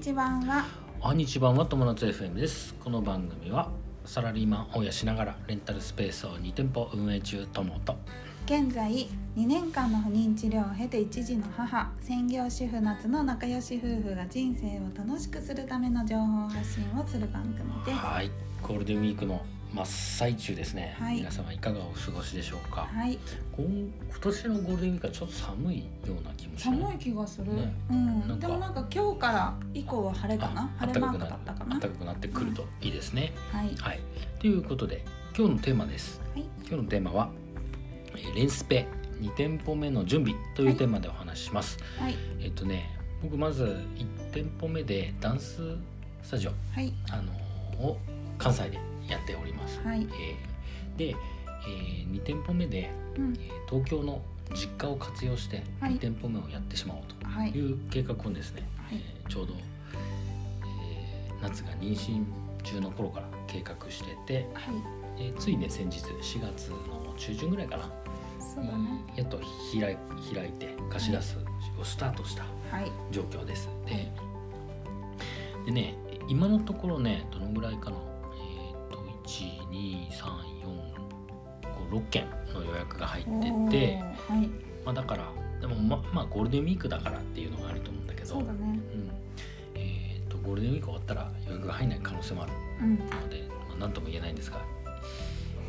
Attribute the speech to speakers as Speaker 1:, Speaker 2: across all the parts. Speaker 1: ち版は
Speaker 2: おはにちばんは友達 FM ですこの番組はサラリーマンを養しながらレンタルスペースを2店舗運営中友と
Speaker 1: 現在2年間の不妊治療を経て一児の母専業主婦夏の仲良し夫婦が人生を楽しくするための情報発信をする番組です。は
Speaker 2: はいゴールデンウィークの真っ最中ですね、
Speaker 1: はい
Speaker 2: 皆様いかがお過ごしでしょうか、
Speaker 1: い、
Speaker 2: こん今年のゴールデンウィークはちょっと寒いような気もしない
Speaker 1: 寒い気がする。
Speaker 2: ね
Speaker 1: うん、
Speaker 2: なん
Speaker 1: で
Speaker 2: か
Speaker 1: もなんか今日から以降は晴れかな、
Speaker 2: あ
Speaker 1: 晴れマークだったかな。
Speaker 2: 暖かくなってくるといいですね、
Speaker 1: はい、
Speaker 2: はいということで今日のテーマです
Speaker 1: はい、
Speaker 2: 今日のテーマはえーレンスペ2店舗目の準備というテーマでお話しします、
Speaker 1: はい、
Speaker 2: えっとね僕まず1店舗目でダンススタジオ、
Speaker 1: はい、
Speaker 2: あのーを関西でやっております、
Speaker 1: はい
Speaker 2: え、ーで、え2店舗目で、
Speaker 1: うん
Speaker 2: え、ー東京の実家を活用して
Speaker 1: はい
Speaker 2: 2店舗目をやってしまおう
Speaker 1: はい
Speaker 2: と、いう計画をですね、
Speaker 1: はい
Speaker 2: えーちょうど、えー夏が妊娠中の頃から計画してて、
Speaker 1: はい、
Speaker 2: えーついね先日4月の中旬ぐらいかな
Speaker 1: そうだね。
Speaker 2: やっと開い開いて貸し出すをスタートした
Speaker 1: はい、
Speaker 2: 状況です。
Speaker 1: は
Speaker 2: で
Speaker 1: い
Speaker 2: でね今のところねどのぐらいかなえっ、と12345件の予約が入ってて、
Speaker 1: おーはい、
Speaker 2: まあ、だからでもままあゴールデンウィークだからっていうのがあると思うんだけど
Speaker 1: そうだね。
Speaker 2: うんえー、とゴールデンウィーク終わったら予約が入らない可能性もある
Speaker 1: うん、
Speaker 2: のでまあ、なんとも言えないんですが、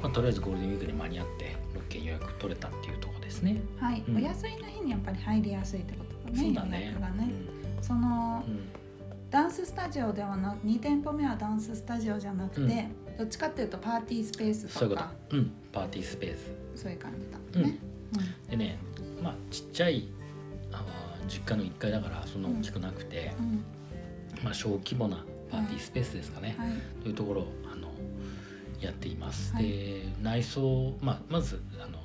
Speaker 2: まあ、とりあえずゴールデンウィークに間に合って6件予約取れたっていうところですね。
Speaker 1: はい、
Speaker 2: うん
Speaker 1: お休みの日にやっぱり入りやすいってことだね。
Speaker 2: そうだね
Speaker 1: 予約がね。その
Speaker 2: うんうん
Speaker 1: ダンススタジオではな2店舗目はダンススタジオじゃなくて、どっちかっていうとパーティースペースとか
Speaker 2: そういうこと、うん、パーティースペース
Speaker 1: そういう感じだもんね、
Speaker 2: でねまあちっちゃいあー実家の1階だからそんな大きくなくて、
Speaker 1: うんうん
Speaker 2: まあ、小規模なパーティースペースですかね、
Speaker 1: はい
Speaker 2: というところをあのやっています、
Speaker 1: はい
Speaker 2: で内装、まあ、まずあの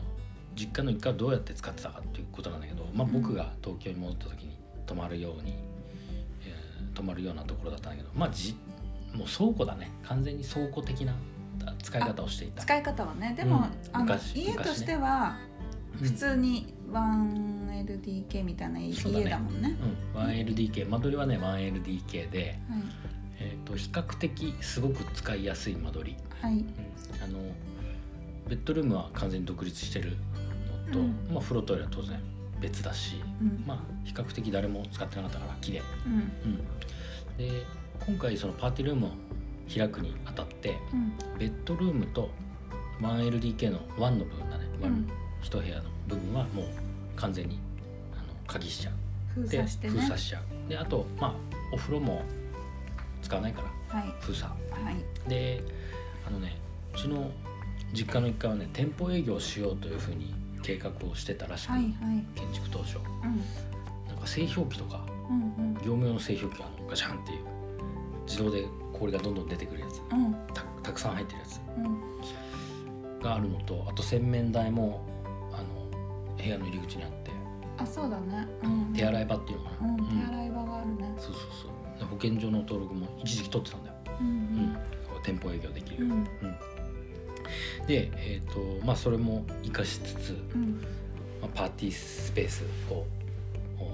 Speaker 2: 実家の1階をどうやって使ってたかっていうことなんだけど、まあ、
Speaker 1: うん
Speaker 2: 僕が東京に戻った時に泊まるように、えー泊まるようなところだったんだけどまあじもう倉庫だね完全に倉庫的なあ使い方をしていた。
Speaker 1: 使い方はねでも、
Speaker 2: うん
Speaker 1: あの
Speaker 2: 昔
Speaker 1: 家と
Speaker 2: 昔ね
Speaker 1: しては
Speaker 2: うん
Speaker 1: 普通に 1LDK みたいな家
Speaker 2: そうだね
Speaker 1: だもんね
Speaker 2: うん、1LDK 間取りはね 1LDK で、えー、と比較的すごく使いやすい間取り、
Speaker 1: はいはい
Speaker 2: うんあのベッドルームは完全に独立してるのと、
Speaker 1: うん
Speaker 2: まあ、風呂トイレは当然別だし、
Speaker 1: うん、
Speaker 2: まあ、比較的誰も使ってなかったから綺麗、
Speaker 1: うん
Speaker 2: うん、で今回そのパーティールームを開くにあたって
Speaker 1: うん
Speaker 2: ベッドルームと 1LDK の1の部分だね、ワ
Speaker 1: うん
Speaker 2: ン一部屋の部分はもう完全にあの鍵しちゃう。
Speaker 1: 封
Speaker 2: で
Speaker 1: 鎖してね
Speaker 2: 封鎖しちゃうであとまあお風呂も使わないから
Speaker 1: はい
Speaker 2: 封鎖
Speaker 1: はい
Speaker 2: であのねうちの実家の一家はね店舗営業しようというふうに計画をしてたらしく、
Speaker 1: はいはい
Speaker 2: 建築当初
Speaker 1: うん
Speaker 2: なんか製氷機とか
Speaker 1: うん
Speaker 2: 業務用の製氷機があのガシャンっていう自動で氷がどんどん出てくるやつ
Speaker 1: うん
Speaker 2: たたくさん入ってるやつ
Speaker 1: うんうん
Speaker 2: があるのとあと洗面台もあの部屋の入り口にあって
Speaker 1: あそうだねうん
Speaker 2: 手洗い場っていうのか
Speaker 1: う
Speaker 2: な、
Speaker 1: ん
Speaker 2: うん
Speaker 1: 手洗い場があるね
Speaker 2: そうそうそうで保健所の登録も一時期取ってたんだよ
Speaker 1: うん
Speaker 2: うん、店舗営業でき
Speaker 1: う
Speaker 2: る、
Speaker 1: んうん
Speaker 2: で、えーとまあ、それも活かしつつ、
Speaker 1: うん
Speaker 2: まあ、パーティースペースをお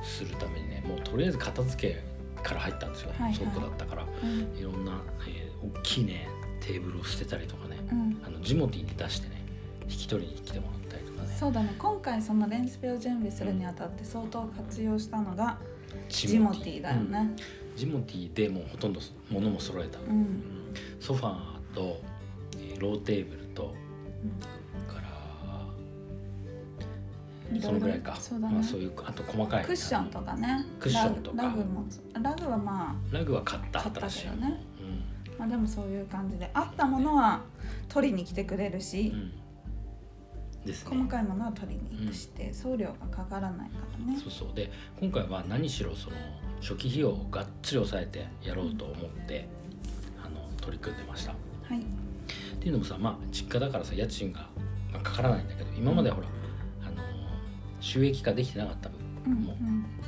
Speaker 2: ーするためにねもうとりあえず片付けから入ったんですよ、
Speaker 1: はいはい
Speaker 2: 倉庫だったから
Speaker 1: うん
Speaker 2: いろんな、えー大きいねテーブルを捨てたりとかね
Speaker 1: うん
Speaker 2: あのジモティーに出してね引き取りに来てもらったりとかね
Speaker 1: そうだね今回そのレンスペを準備するにあたって相当活用したのが
Speaker 2: ジ
Speaker 1: ジモティーだよ
Speaker 2: うん
Speaker 1: ね
Speaker 2: ジモティーでもうほとんど物も揃えた、
Speaker 1: う
Speaker 2: うんんソファーと、えーローテーブルとから
Speaker 1: うん
Speaker 2: そのぐらいか
Speaker 1: そうだね
Speaker 2: まあ、そういうあと細かい
Speaker 1: クッションとかね
Speaker 2: クッションとか
Speaker 1: ラグラグもラグはま
Speaker 2: ラグは買った
Speaker 1: あ買ったけ
Speaker 2: 新
Speaker 1: ど
Speaker 2: しい
Speaker 1: ねまあでもそういう感じであったものは取りに来てくれる
Speaker 2: う
Speaker 1: し
Speaker 2: ん、うん、ですね
Speaker 1: 細かいものは取りに行くして送料がかからないからね
Speaker 2: そうそうで今回は何しろその初期費用をがっつり抑えてやろうと思って、あの取り組んでましたっ
Speaker 1: はい
Speaker 2: ていうのもさまあ実家だからさ家賃がまあかからないんだけど今まではほら、あの収益化できてなかった分
Speaker 1: うん
Speaker 2: もう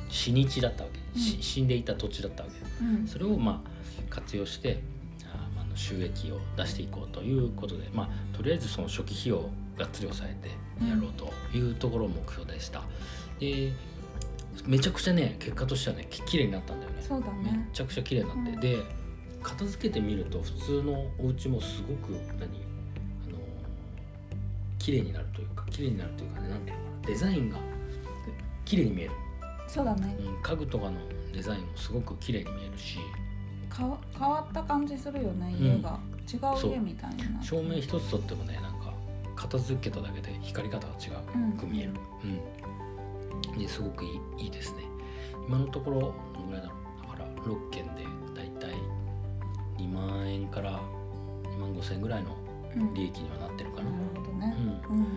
Speaker 2: 死日だったわけ、
Speaker 1: うん
Speaker 2: し死んでいた土地だったわけ
Speaker 1: うんうん
Speaker 2: それをまあ活用してあーまああの収益を出していこうということで、まあ、とりあえずその初期費用をがっつり抑えてやろうというところを目標でした。でめちゃくちゃね結果としてはねき綺麗になったんだよね
Speaker 1: そうだ
Speaker 2: めっ
Speaker 1: ね
Speaker 2: ちゃくちゃ綺麗になって、
Speaker 1: うん
Speaker 2: で片付けてみると普通のお家もすごく何あの綺麗になるというか綺麗になるというかねなんていうのかなデザインが綺麗に見える、
Speaker 1: そうだね
Speaker 2: うん、家具とかのデザインもすごく綺麗に見えるし
Speaker 1: かわ変わった感じするよね
Speaker 2: うん
Speaker 1: 家が、違
Speaker 2: そうう
Speaker 1: 家みたいな
Speaker 2: 照明一つとってもねなんか片付けただけで光り方が違う
Speaker 1: うん
Speaker 2: く見える、うんですごくいいいいですね今のところどのぐらいだろうだから6件でだいたい2万円から2万5千円ぐらいの
Speaker 1: うん
Speaker 2: 利益にはなってるかな、
Speaker 1: なるほどね
Speaker 2: うん
Speaker 1: うん
Speaker 2: で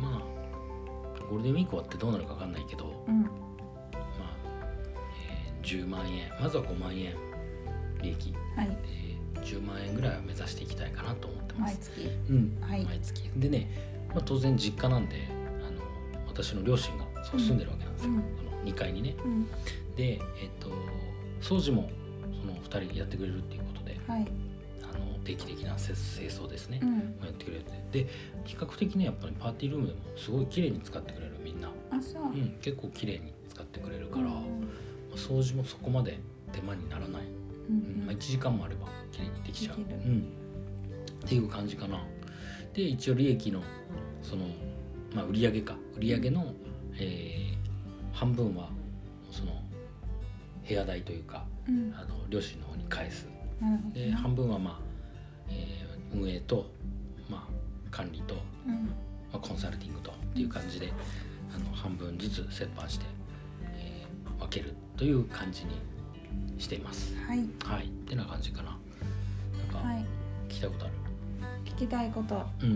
Speaker 2: まあゴールデンウィーク終わってどうなるかわかんないけど、
Speaker 1: うん
Speaker 2: まあえー10万円まずは5万円利益
Speaker 1: はい
Speaker 2: で10万円ぐらいは目指していきたいかなと思ってま
Speaker 1: 毎
Speaker 2: す、
Speaker 1: 月
Speaker 2: うん
Speaker 1: はい
Speaker 2: 毎月でね、まあ、当然実家なんであの私の両親がそう住んでるわけなんですよ、
Speaker 1: うん
Speaker 2: この2階にね
Speaker 1: うん
Speaker 2: でえっ、と掃除もその2人やってくれるっていうことで
Speaker 1: はい
Speaker 2: あの定期的なせ清掃ですね
Speaker 1: う、ん
Speaker 2: やってくれてで比較的ねやっぱりパーティールームでもすごい綺麗に使ってくれるみんな、
Speaker 1: あそう
Speaker 2: うん、結構綺麗に使ってくれるから、
Speaker 1: う
Speaker 2: ま
Speaker 1: ん
Speaker 2: あ掃除もそこまで手間にならない、
Speaker 1: う
Speaker 2: うんまあ、1
Speaker 1: ん
Speaker 2: 時間もあれば綺麗にできちゃう、
Speaker 1: で
Speaker 2: う
Speaker 1: きる
Speaker 2: ん、っていう感じかなで一応利益のその、まあ、売り上げか売り上げの、えー半分はその部屋代というか
Speaker 1: うんな
Speaker 2: あの両親の方に返す
Speaker 1: るほど
Speaker 2: で
Speaker 1: ね
Speaker 2: 半分は、まあえー運営と、まあ、管理と、ま
Speaker 1: うん
Speaker 2: あ、コンサルティングとっていう感じであの半分ずつ折半して、えー分けるという感じにしています。
Speaker 1: はい
Speaker 2: はい、ってな感じかな。な
Speaker 1: は
Speaker 2: んか
Speaker 1: い
Speaker 2: 聞いたことある。
Speaker 1: 聞きたいこと
Speaker 2: うん、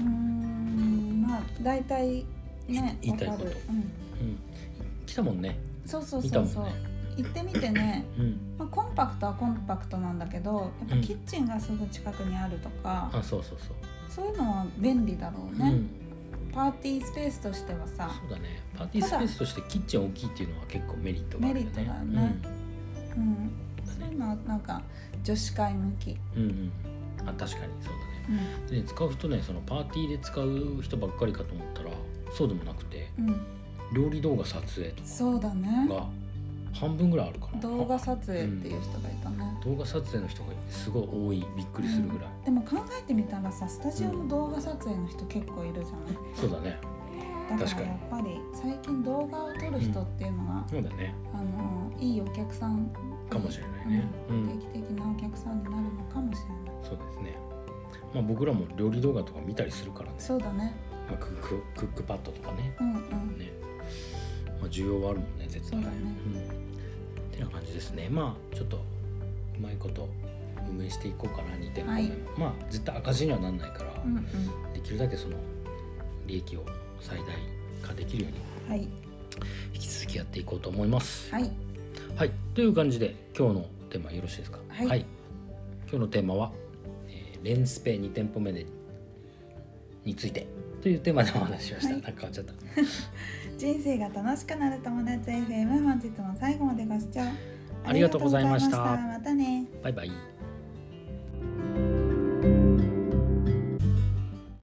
Speaker 1: うーんまあ大体ね
Speaker 2: い言いたい
Speaker 1: わ
Speaker 2: こ
Speaker 1: か
Speaker 2: と
Speaker 1: る、うん、
Speaker 2: うん、来たもんね。
Speaker 1: そうそう
Speaker 2: 見
Speaker 1: そ
Speaker 2: た
Speaker 1: う
Speaker 2: も
Speaker 1: そうん
Speaker 2: ね。
Speaker 1: 行ってみて ね、
Speaker 2: うん、
Speaker 1: まあ、コンパクトはコンパクトなんだけどやっぱ
Speaker 2: うん
Speaker 1: キッチンがすぐ近くにあるとか、
Speaker 2: あ、そうそうそう。
Speaker 1: そういうのは便利だろうね、
Speaker 2: うん、
Speaker 1: パーティースペースとしてはさ
Speaker 2: そうだね。パーティースペースとしてキッチン大きいっていうのは結構メリットがある
Speaker 1: メ
Speaker 2: よね。
Speaker 1: リットがあるねうんそういうのはなんか女子会向き、
Speaker 2: うん、うん、うん。あ、確かにそうだね。
Speaker 1: う
Speaker 2: で使う人ねそのパーティーで使う人ばっかりかと思ったらそうでもなくて
Speaker 1: んうん、
Speaker 2: 料理動画撮影と
Speaker 1: そうだね
Speaker 2: かが半分ぐらいあるかな
Speaker 1: 動画撮影っていう人がいたね、
Speaker 2: 動画撮影の人がすごい多いびっくりするぐらい、
Speaker 1: でも考えてみたらさスタジオの動画撮影の人結構いるじゃない、
Speaker 2: そうだね
Speaker 1: だ
Speaker 2: 確
Speaker 1: か
Speaker 2: からに
Speaker 1: やっぱり最近動画を撮る人っていうのは、
Speaker 2: そうだね
Speaker 1: あのいいお客さん
Speaker 2: かもしれないね
Speaker 1: う
Speaker 2: うんん、
Speaker 1: 定期的なお客さんになるのかもしれない、
Speaker 2: そうですねまあ僕らも料理動画とか見たりするからね、
Speaker 1: そうだね
Speaker 2: まあ、クッククックパッドとかね
Speaker 1: うんうん
Speaker 2: ね、まあ、需要はあるもんね絶対
Speaker 1: そうだね
Speaker 2: うん、ってな感じですねまあちょっとうまいこと運営していこうかな2点
Speaker 1: はい
Speaker 2: まあ絶対赤字にはなんないから、
Speaker 1: うんうん
Speaker 2: できるだけその利益を最大化できるように
Speaker 1: はい
Speaker 2: 引き続きやっていこうと思います。
Speaker 1: はい
Speaker 2: はい、という感じで今日のテーマよろしいですか、
Speaker 1: はい
Speaker 2: 今日のテーマは、えーレンスペ2店舗目でについてというテーマでお話ししました。
Speaker 1: はい
Speaker 2: なんか変わっちゃった。
Speaker 1: 人生が楽しくなる友達 FM 本日も最後までご視聴
Speaker 2: ありがとうございました
Speaker 1: ありがとうございましたまたね
Speaker 2: バイバイ。